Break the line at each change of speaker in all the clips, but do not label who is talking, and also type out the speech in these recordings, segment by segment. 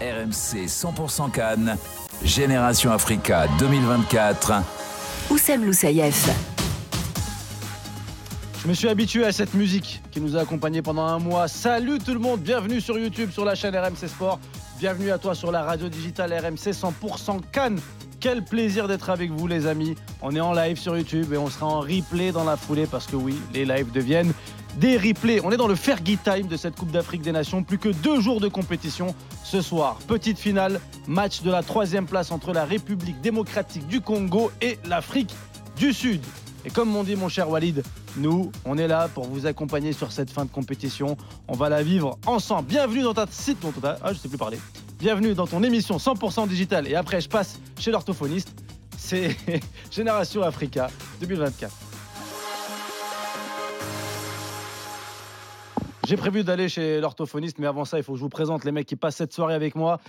RMC 100% Cannes, Génération Africa 2024.
Oussem Loussaïef.
Je me suis habitué à cette musique qui nous a accompagnés pendant un mois. Salut tout le monde, bienvenue sur YouTube, sur la chaîne RMC Sport. Bienvenue à toi sur la radio digitale RMC 100% Cannes. Quel plaisir d'être avec vous les amis. On est en live sur YouTube et on sera en replay dans la foulée parce que oui, les lives deviennent des replays. On est dans le Fergie Time de cette Coupe d'Afrique des Nations. Plus que deux jours de compétition ce soir. Petite finale, match de la troisième place entre la République démocratique du Congo et l'Afrique du Sud. Et comme m'ont dit mon cher Walid, nous, on est là pour vous accompagner sur cette fin de compétition. On va la vivre ensemble. Bienvenue dans ta site, dans ta- ah, je sais plus parler. Bienvenue dans ton émission 100% digitale. Et après, je passe chez l'orthophoniste. C'est Génération Africa 2024. J'ai prévu d'aller chez l'orthophoniste, mais avant ça, il faut que je vous présente les mecs qui passent cette soirée avec moi.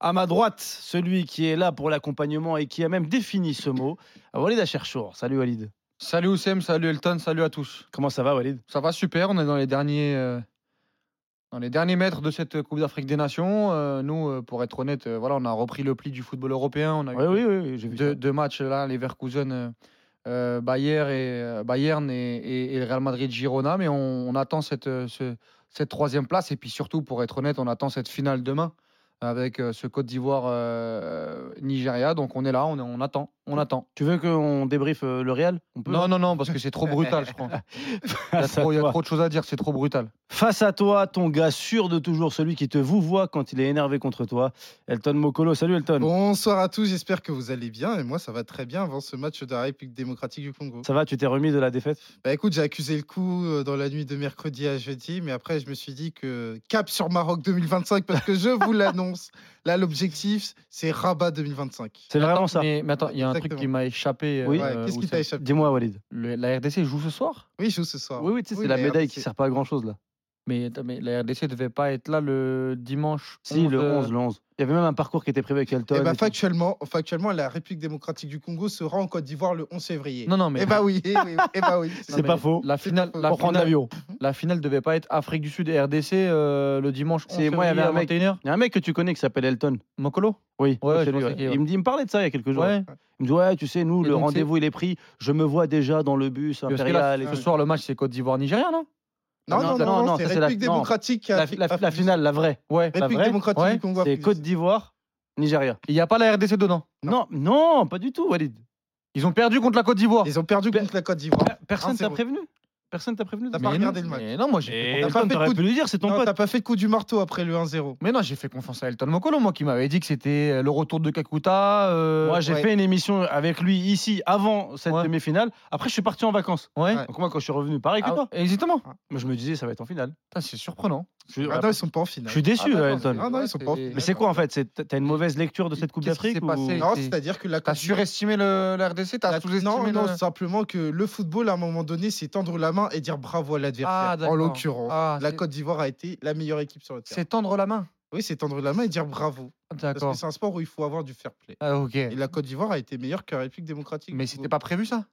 À ma droite, celui qui est là pour l'accompagnement et qui a même défini ce mot, Walid Acherchour. Salut Walid.
Salut Oussem, salut Elton, salut à tous.
Comment ça va Walid
Ça va super, on est dans les derniers, euh, dans les derniers mètres de cette Coupe d'Afrique des Nations. Euh, nous, euh, pour être honnête, euh, voilà, on a repris le pli du football européen. On a
Ah Oui, oui,
eu
oui, oui, j'ai vu.
deux,
ça.
deux matchs là, les Verkusen, euh, euh, Bayer et, euh, Bayern et, et- et le Real Madrid Girona, mais on, on attend cette, euh, ce- cette troisième place. Et puis surtout, pour être honnête, on attend cette finale demain avec euh, ce Côte d'Ivoire euh, Nigeria. Donc on est là, on, est- on attend, on attend.
Tu veux qu'on débriefe euh, le Real On peut,
Non,
là
non, non, parce que c'est trop brutal, je crois. Il y a
Face à
trop- il y a
toi.
trop de choses à dire, c'est trop brutal.
Face à toi, ton gars sûr de toujours, celui qui te vous voit quand il est énervé contre toi, Elton Mokolo. Salut Elton.
Bonsoir à tous, j'espère que vous allez bien. Et moi, ça va très bien avant ce match de la République démocratique du Congo.
Ça va, tu t'es remis de la défaite
Bah écoute, j'ai accusé le coup euh, dans la nuit de mercredi à jeudi, mais après, je me suis dit que cap sur Maroc 2025, parce que je vous l'annonce, là, l'objectif, c'est Rabat 2025.
C'est vraiment ça.
Mais, mais attends, il y a un truc qui
Exactement.
m'a échappé. euh,
Oui.
Ouais, Qu'est-ce qui t'a
Oussem.
échappé
Dis-moi Walid.
Le- La RDC joue ce soir
Oui, je joue ce soir.
Oui, oui, tu sais, c'est la
mais Eh
médaille
RDC.
qui sert pas à grand chose là.
mais, attends, mais la RDC devait pas être là le dimanche. euh,
Si, le
11,
11, le 11. Il y avait même un parcours qui était prévu avec Elton.
Eh ben,
et tout.
factuellement, factuellement, la République démocratique du Congo sera en Côte d'Ivoire le 11 février.
Non, non, mais.
Eh bah oui, eh oui, eh bah oui.
c'est
mais
pas faux.
La finale,
Pour
la,
Pour prendre
finale,
l'avion.
la finale devait pas être Afrique du Sud et RDC euh, le dimanche.
Si, moi, il y avait un mec-
21h.
Il y a un mec que tu connais qui s'appelle Elton.
Mokolo
Oui,
Ouais,
oui,
je
c'est lui,
pensais
ouais.
qu'il y avait-
Il me dit, il me parlait de ça il y a quelques jours.
Ouais.
Il me dit, ouais, tu sais, nous,
Et
le
donc, c'est-
rendez-vous, il est pris. Je me vois déjà dans le bus
Parce que là,
impérial. et
ce
tout.
soir, le match, c'est Côte d'Ivoire-Nigeria, non
Non, non, non, non, c'est
ça, c'est la-
République
non.
démocratique.
La,
Afri-
la- la
Afrique-
finale, la vraie.
Ouais.
la
République
vraie,
démocratique
ouais,
du Congo.
C'est
Afrique du
Côte
Sud.
d'Ivoire, Nigeria.
Il n'y a pas la RDC dedans.
Non. non, pas du tout, Walid.
Ils ont perdu contre la Côte d'Ivoire.
Ils ont perdu contre la Côte d'Ivoire.
Per- Personne
Non, c'est
t'a
vrai.
prévenu. Personne t'a prévenu. de
T'as
ça.
pas
Mais
regardé
non,
le match.
mais non, moi, j'ai fait
Et
t'as
confiance-
pas
Elton,
fait de
t'aurais
coup
pu
de-
lui dire, c'est ton
Non,
pote.
t'as pas fait de coup du marteau après le 1-0.
Mais non, j'ai fait confiance à Elton Mokolo, moi qui m'avait dit que c'était euh, le retour de Kakuta. euh,
Moi, j'ai
ouais.
fait une émission avec lui ici avant cette
Ouais.
demi-finale. Après, je suis parti en vacances.
ouais.
Ouais.
Donc, moi, quand je suis revenu, pareil que
Ah,
toi.
Exactement.
Moi, je me disais, ça va être en finale.
Putain, c'est surprenant.
Je suis, euh,
Ah non, ils sont pas en finale.
je suis déçu,
Ah, d'accord,
Elton.
c'est-
Ah non, ils sont pas-
c'est-
Mais c'est quoi en fait C'est- T'as une mauvaise lecture de cette Coupe
Qu'est-ce qui
d'Afrique
s'est
ou-
passé
Non,
c'est-
c'est-à-dire que la
T'as
Côte d'Ivoire-
surestimé le, la RDC T'as
la-
sous-estimé
Non,
le-
non, simplement que le football, à un moment donné, c'est tendre la main et dire bravo à
Ah,
l'adversaire.
d'accord.
en l'occurrence,
Ah,
la
c'est-
Côte d'Ivoire a été la meilleure équipe sur le terrain.
C'est tendre la main.
Oui, c'est tendre la main et dire bravo. Parce
D'accord.
que c'est un sport où il faut avoir du fair play.
Ah, ok.
Et la Côte d'Ivoire a été meilleure que la République démocratique.
Mais
du
c'était
Congo.
pas prévu ça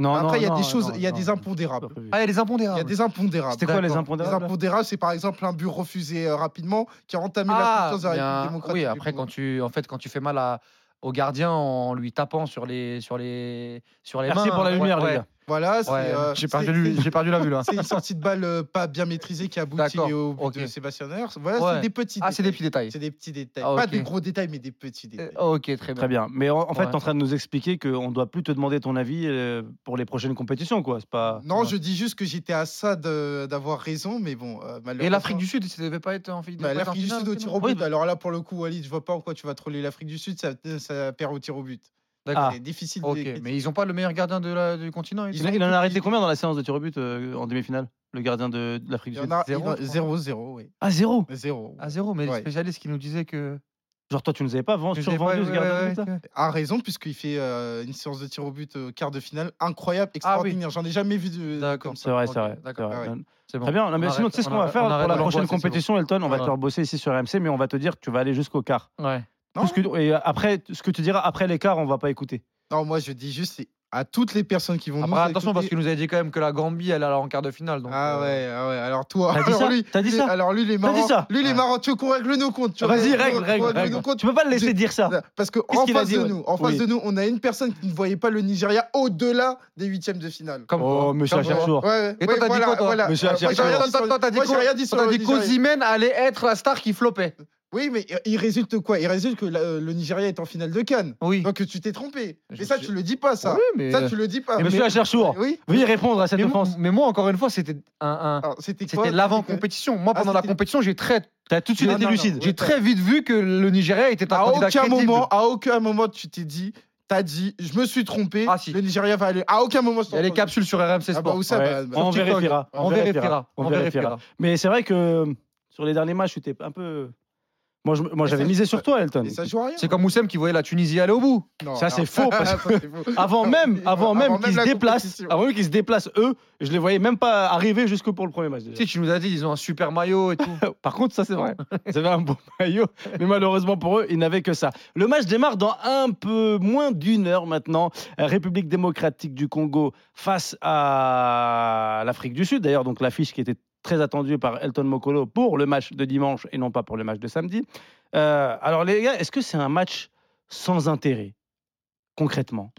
Non, non,
Après, il y a
non,
des choses,
non,
il y a
non,
des
non.
impondérables.
Ah, il y a les impondérables.
Il y a des impondérables.
C'était quoi les
D'accord.
Les
impondérables
impondérables, c'est par exemple un but refusé euh, rapidement qui a entamé la
Ah,
confiance de la
mais un-
République démocratique.
oui,
du
après,
Congo.
quand tu, en fait, quand tu fais mal à, au gardien en lui tapant sur les, sur les, sur les mains.
Merci pour la
ouais,
lumière,
ouais.
les gars.
Voilà, c'est,
Ouais,
euh,
j'ai
c'est-
perdu, lu- j'ai perdu la vue là.
C'est une sortie de balle euh, pas bien maîtrisée qui aboutit
D'accord,
au but
ok.
de Sébastien Haller. Voilà,
Ouais.
c'est des petits
Ah, c'est des
détails.
petits détails.
C'est des petits détails.
Ah,
Pas
ok.
des gros détails, mais des petits détails.
Euh, Ok, très bien.
Très bien. Mais en, en fait,
Ouais.
t'es en train de nous expliquer qu'on doit plus te demander ton avis euh, pour les prochaines compétitions, quoi. C'est pas.
Non,
ah, ouais.
je dis juste que j'étais à ça de- d'avoir raison, mais bon, euh, malheureusement.
Et l'Afrique du Sud, ça devait pas être en hein, finale.
Bah, L'Afrique du Sud au tir au
Oui,
but. Alors là, pour le coup, Walid, je vois pas en quoi tu vas troller l'Afrique du Sud, ça, ça perd au tir au but.
D'accord.
C'est difficile. de-
Ah, Ok, mais ils ont pas le meilleur gardien de la- du continent. et
Il,
tout
en- il en a arrêté combien dans la séance de tir au but euh, en demi-finale Le gardien de, de l'Afrique du
Il y en
Sud
a
Zéro, je crois.
0-0, oui.
Ah, zéro
0.
À zéro, mais les
Ouais.
spécialistes qui nous disaient que.
Genre, toi, tu nous avais pas vend-
que
survendu
j'ai
ce
pas-
gardien de
ouais,
but, là
ouais, ouais.
A raison, puisqu'il fait euh, une séance de tir au but au quart de finale incroyable,
Ah oui.
extraordinaire. J'en ai jamais vu de- de.
D'accord.
comme ça.
C'est vrai,
Ok,
c'est vrai.
d'accord,
c'est vrai.
ah
C'est bon.
Très bien. Non, mais
On
sinon, tu sais
arrête-
ce
on
qu'on va
arrête-
faire
on
pour la
arrête
prochaine
l'angoisse, c'est bon.
compétition, Elton. On va te
Voilà.
faire bosser ici sur RMC, mais on va te dire tu vas aller jusqu'au quart.
Ouais.
Non,
Tout ce que- et après, ce que tu diras après les quarts, on va pas écouter.
non, moi je dis juste, c'est à toutes les personnes qui vont nous
Après, Ah attention, parce
écouter.
qu'il nous avait dit quand même que la Gambie, elle allait en quart de finale. donc,
Ah
euh,
ouais, ah ouais, alors
Oh,
toi,
T'as dit
alors
ça
lui,
T'as dit
lui-
ça
alors lui, les
T'as dit
marrants,
ça Ah,
lui, les marrants, tu veux qu'on règle nos comptes. tu vois.
Vas-y,
Tu veux
règle,
qu'on
règle,
règle
règle.
nos comptes.
Tu peux pas le laisser dire ça.
Parce que
Qu'est-ce
en
qu'il va
face
dire,
de
ouais
nous, en face
Oui.
de nous, on a une personne qui ne voyait pas le Nigeria au-delà des huitièmes de finale.
comme
Oh,
quoi,
monsieur
comme
Acher-
quoi.
Achour.
Ouais, ouais,
Et toi,
ouais,
t'as dit
voilà,
quoi, toi
voilà.
Monsieur
Alors, moi, j'ai
Acher-
rien
Attends,
dit sur-
attends, attends, t'as dit
moi, j'ai
quoi
rien dit sur
T'as
le
dit
Nigeria.
qu'Osimhen allait être la star qui flopait.
Oui, mais euh, il résulte quoi Il résulte que la- euh, le Nigeria est en finale de Cannes.
Oui.
Donc tu t'es trompé.
Je
Mais ça,
me
tu le dis pas, ça.
Oui, mais. euh,
Ça, tu le dis pas.
Et monsieur Acherchour,
Oui.
veuillez répondre à cette
mais, moi,
offense.
mais moi, encore une fois, c'était un. un-
Alors, C'était quoi
C'était l'avant-compétition. Moi,
Ah,
pendant la
c'était-
compétition, j'ai très,
T'as tout de suite
Non,
été
non, non.
lucide.
j'ai très vite vu que le Nigeria était un
à
candidat
aucun
crédible.
moment, à aucun moment, tu t'es dit, t'as dit, je me suis trompé.
Ah, si.
Le Nigeria va aller. À aucun moment. je
Il y a les
t'entends.
capsules sur RMC Sport.
Ah bah, où ça
Ouais,
bah,
on
sur TikTok.
vérifiera.
on vérifiera. On vérifiera.
Mais c'est vrai que euh, sur les derniers matchs, j'étais un peu. Moi, je- moi, j'avais
ça,
misé
ça-
sur toi, Elton.
Mais ça joue à rien.
C'est comme Moussem qui voyait la Tunisie aller au bout.
Non,
ça, c'est
alors-
faux, parce
Ça, c'est faux.
Ah.
Avant
Non,
même,
mais-
avant même qu'ils
la
se déplacent,
compétition.
avant même qu'ils se déplacent eux, je les voyais même pas arriver jusque pour le premier match. déjà.
Tu sais, tu nous as dit, ils ont un super maillot et tout.
Par contre, ça c'est vrai. Ils avaient un beau maillot, mais malheureusement pour eux, ils n'avaient que ça. Le match démarre dans un peu moins d'une heure maintenant. Euh, République démocratique du Congo face à l'Afrique du Sud. D'ailleurs, donc l'affiche qui était très attendue par Elton Mokolo pour le match de dimanche et non pas pour le match de samedi. Euh, alors les gars, est-ce que c'est un match sans intérêt concrètement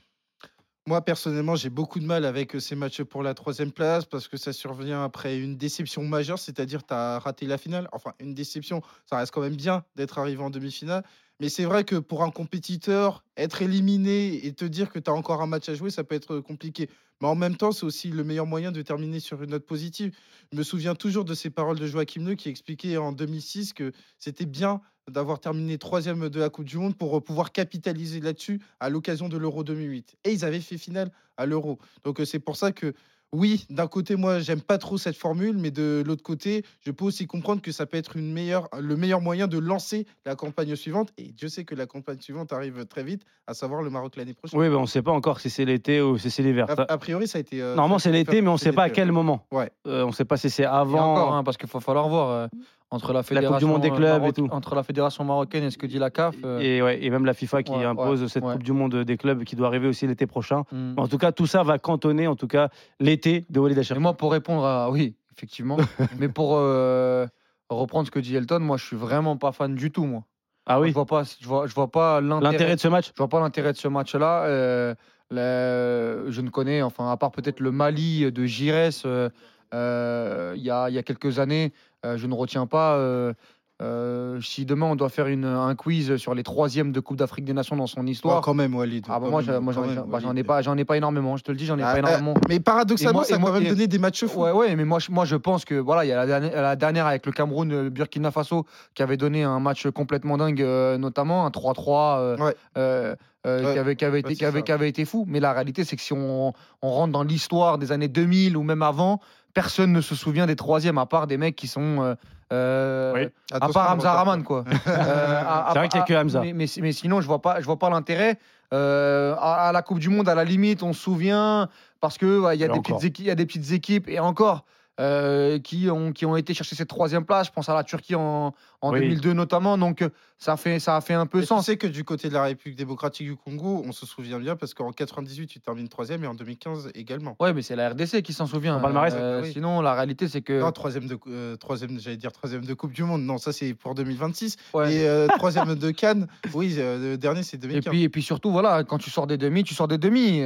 Moi, personnellement, j'ai beaucoup de mal avec euh, ces matchs pour la troisième place parce que ça survient après une déception majeure, c'est-à-dire tu as raté la finale. Enfin, une déception, ça reste quand même bien d'être arrivé en demi-finale. Mais c'est vrai que pour un compétiteur, être éliminé et te dire que tu as encore un match à jouer, ça peut être euh, compliqué. Mais en même temps, c'est aussi le meilleur moyen de terminer sur une note positive. Je me souviens toujours de ces paroles de Joachim Neu qui expliquait en 2006 que c'était bien d'avoir terminé troisième de la Coupe du Monde pour euh, pouvoir capitaliser là-dessus à l'occasion de l'Euro 2008. Et ils avaient fait finale à l'Euro. Donc euh, c'est pour ça que oui, d'un côté moi j'aime pas trop cette formule, mais de l'autre côté je peux aussi comprendre que ça peut être une meilleure, le meilleur moyen de lancer la campagne suivante. Et Dieu sait que la campagne suivante arrive très vite, à savoir le Maroc l'année prochaine.
Oui, ben on ne sait pas encore si c'est l'été ou si c'est l'hiver.
A, a priori ça a été. euh,
Normalement,
Ah, ça
c'est
a été fait-
l'été, mais on ne
c'est
sait pas à
l'été,
quel
ouais.
moment.
Ouais.
Euh, on ne sait pas si c'est
Et encore,
avant.
hein, parce qu'il va falloir voir euh, entre la fédération
Monde des
euh,
clubs et
maroc-
tout.
entre la fédération marocaine et ce que dit la CAF. euh,
Et, ouais, et même la FIFA qui
Ouais, ouais,
impose cette
ouais.
Coupe du Monde des clubs qui doit arriver aussi l'été prochain.
hmm.
En tout cas, tout ça va cantonner en tout cas l'été de Walid
Et
Acharya.
moi, pour répondre à. Oui, effectivement. mais pour euh, reprendre ce que dit Elton, moi, je suis vraiment pas fan du tout, moi.
Ah
Je
oui,
vois pas, je vois, je vois pas l'intérêt.
l'intérêt de ce match
Je vois pas l'intérêt de ce match-là. Euh, le- je ne connais, enfin, à part peut-être le Mali de Giresse euh, euh, il y, a, il y a quelques années, euh, je ne retiens pas. euh, euh, si demain on doit faire une, un quiz sur les troisièmes de Coupe d'Afrique des Nations dans son
Ouais,
histoire,
quand même, Walid.
ah bah
quand
moi,
même,
je- moi, j'en
quand
ai,
même,
bah, j'en ai
Walid.
pas, j'en ai pas énormément. Je te le dis, j'en ai
Ah,
pas
euh,
énormément.
Mais
Et
paradoxalement,
moi-
ça
et
a quand
moi-
même
et-
donné des matchs fous.
Ouais, ouais, mais moi, je- moi je pense que voilà, il y a la dernière, la dernière avec le Cameroun, euh, Burkina Faso, qui avait donné un match complètement dingue, euh, notamment un 3-3, euh,
Ouais.
euh, euh,
Ouais.
qui, avait, qui, avait
Ouais,
été,
c'est
qui, avait,
ça.
qui avait été fou. Mais la réalité, c'est que si on, on rentre dans l'histoire des années 2000 ou même avant, personne ne se souvient des troisièmes, à part des mecs qui sont. euh, euh,
Oui.
À
Attention,
part
on
Hamza
va pas-
Rahman, quoi. Euh, à- à-
C'est vrai qu'il y a
à-
que Hamza.
Mais, mais- mais sinon, je vois pas, je vois pas l'intérêt. Euh, à, à la Coupe du Monde, à la limite, on se souvient parce que ouais, il y a
Et
des
encore.
petites équipes, il y a des petites équipes et encore euh, qui ont qui ont été chercher cette troisième place. Je pense à la Turquie en, en
Oui.
2002 notamment. Donc euh, ça fait ça a fait un peu
Et Tu
sens.
sais que du côté de la République démocratique du Congo, on se souvient bien parce qu'en 98, tu termines troisième et en 2015 également.
Ouais, mais c'est la RDC qui s'en souvient.
En palmarès.
Euh,
Oui.
Sinon, la réalité, c'est que
Non, troisième de, euh, troisième, j'allais dire troisième de Coupe du Monde. Non, ça c'est pour 2026.
ouais.
Et euh, troisième de Cannes. Oui, euh, le dernier c'est
Et
2015.
puis, et puis surtout, voilà, quand tu sors des demi, tu sors des demi.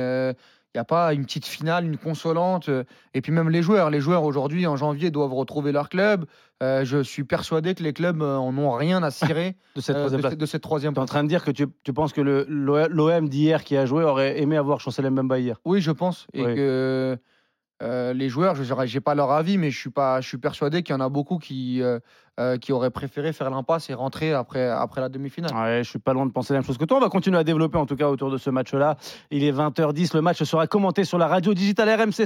Il n'y a pas une petite finale, une consolante. euh, et puis même les joueurs. Les joueurs, aujourd'hui, en janvier, doivent retrouver leur club. Euh, je suis persuadé que les clubs euh, en ont rien à cirer
de cette
euh,
troisième
de,
place.
cette- de cette troisième
Tu es en
place.
train de dire que tu, tu penses que le- l'O- l'OM d'hier qui a joué aurait aimé avoir Chancel Mbemba hier.
Oui, je pense. Et
Oui.
que euh, les joueurs, je n'ai pas leur avis, mais je suis, pas, je suis persuadé qu'il y en a beaucoup qui, euh, euh, qui auraient préféré faire l'impasse et rentrer après, après la demi-finale.
Ouais, je suis pas loin de penser la même chose que toi. On va continuer à développer en tout cas autour de ce match-là. Il est 20h10. Le match sera commenté sur la radio digitale RMC.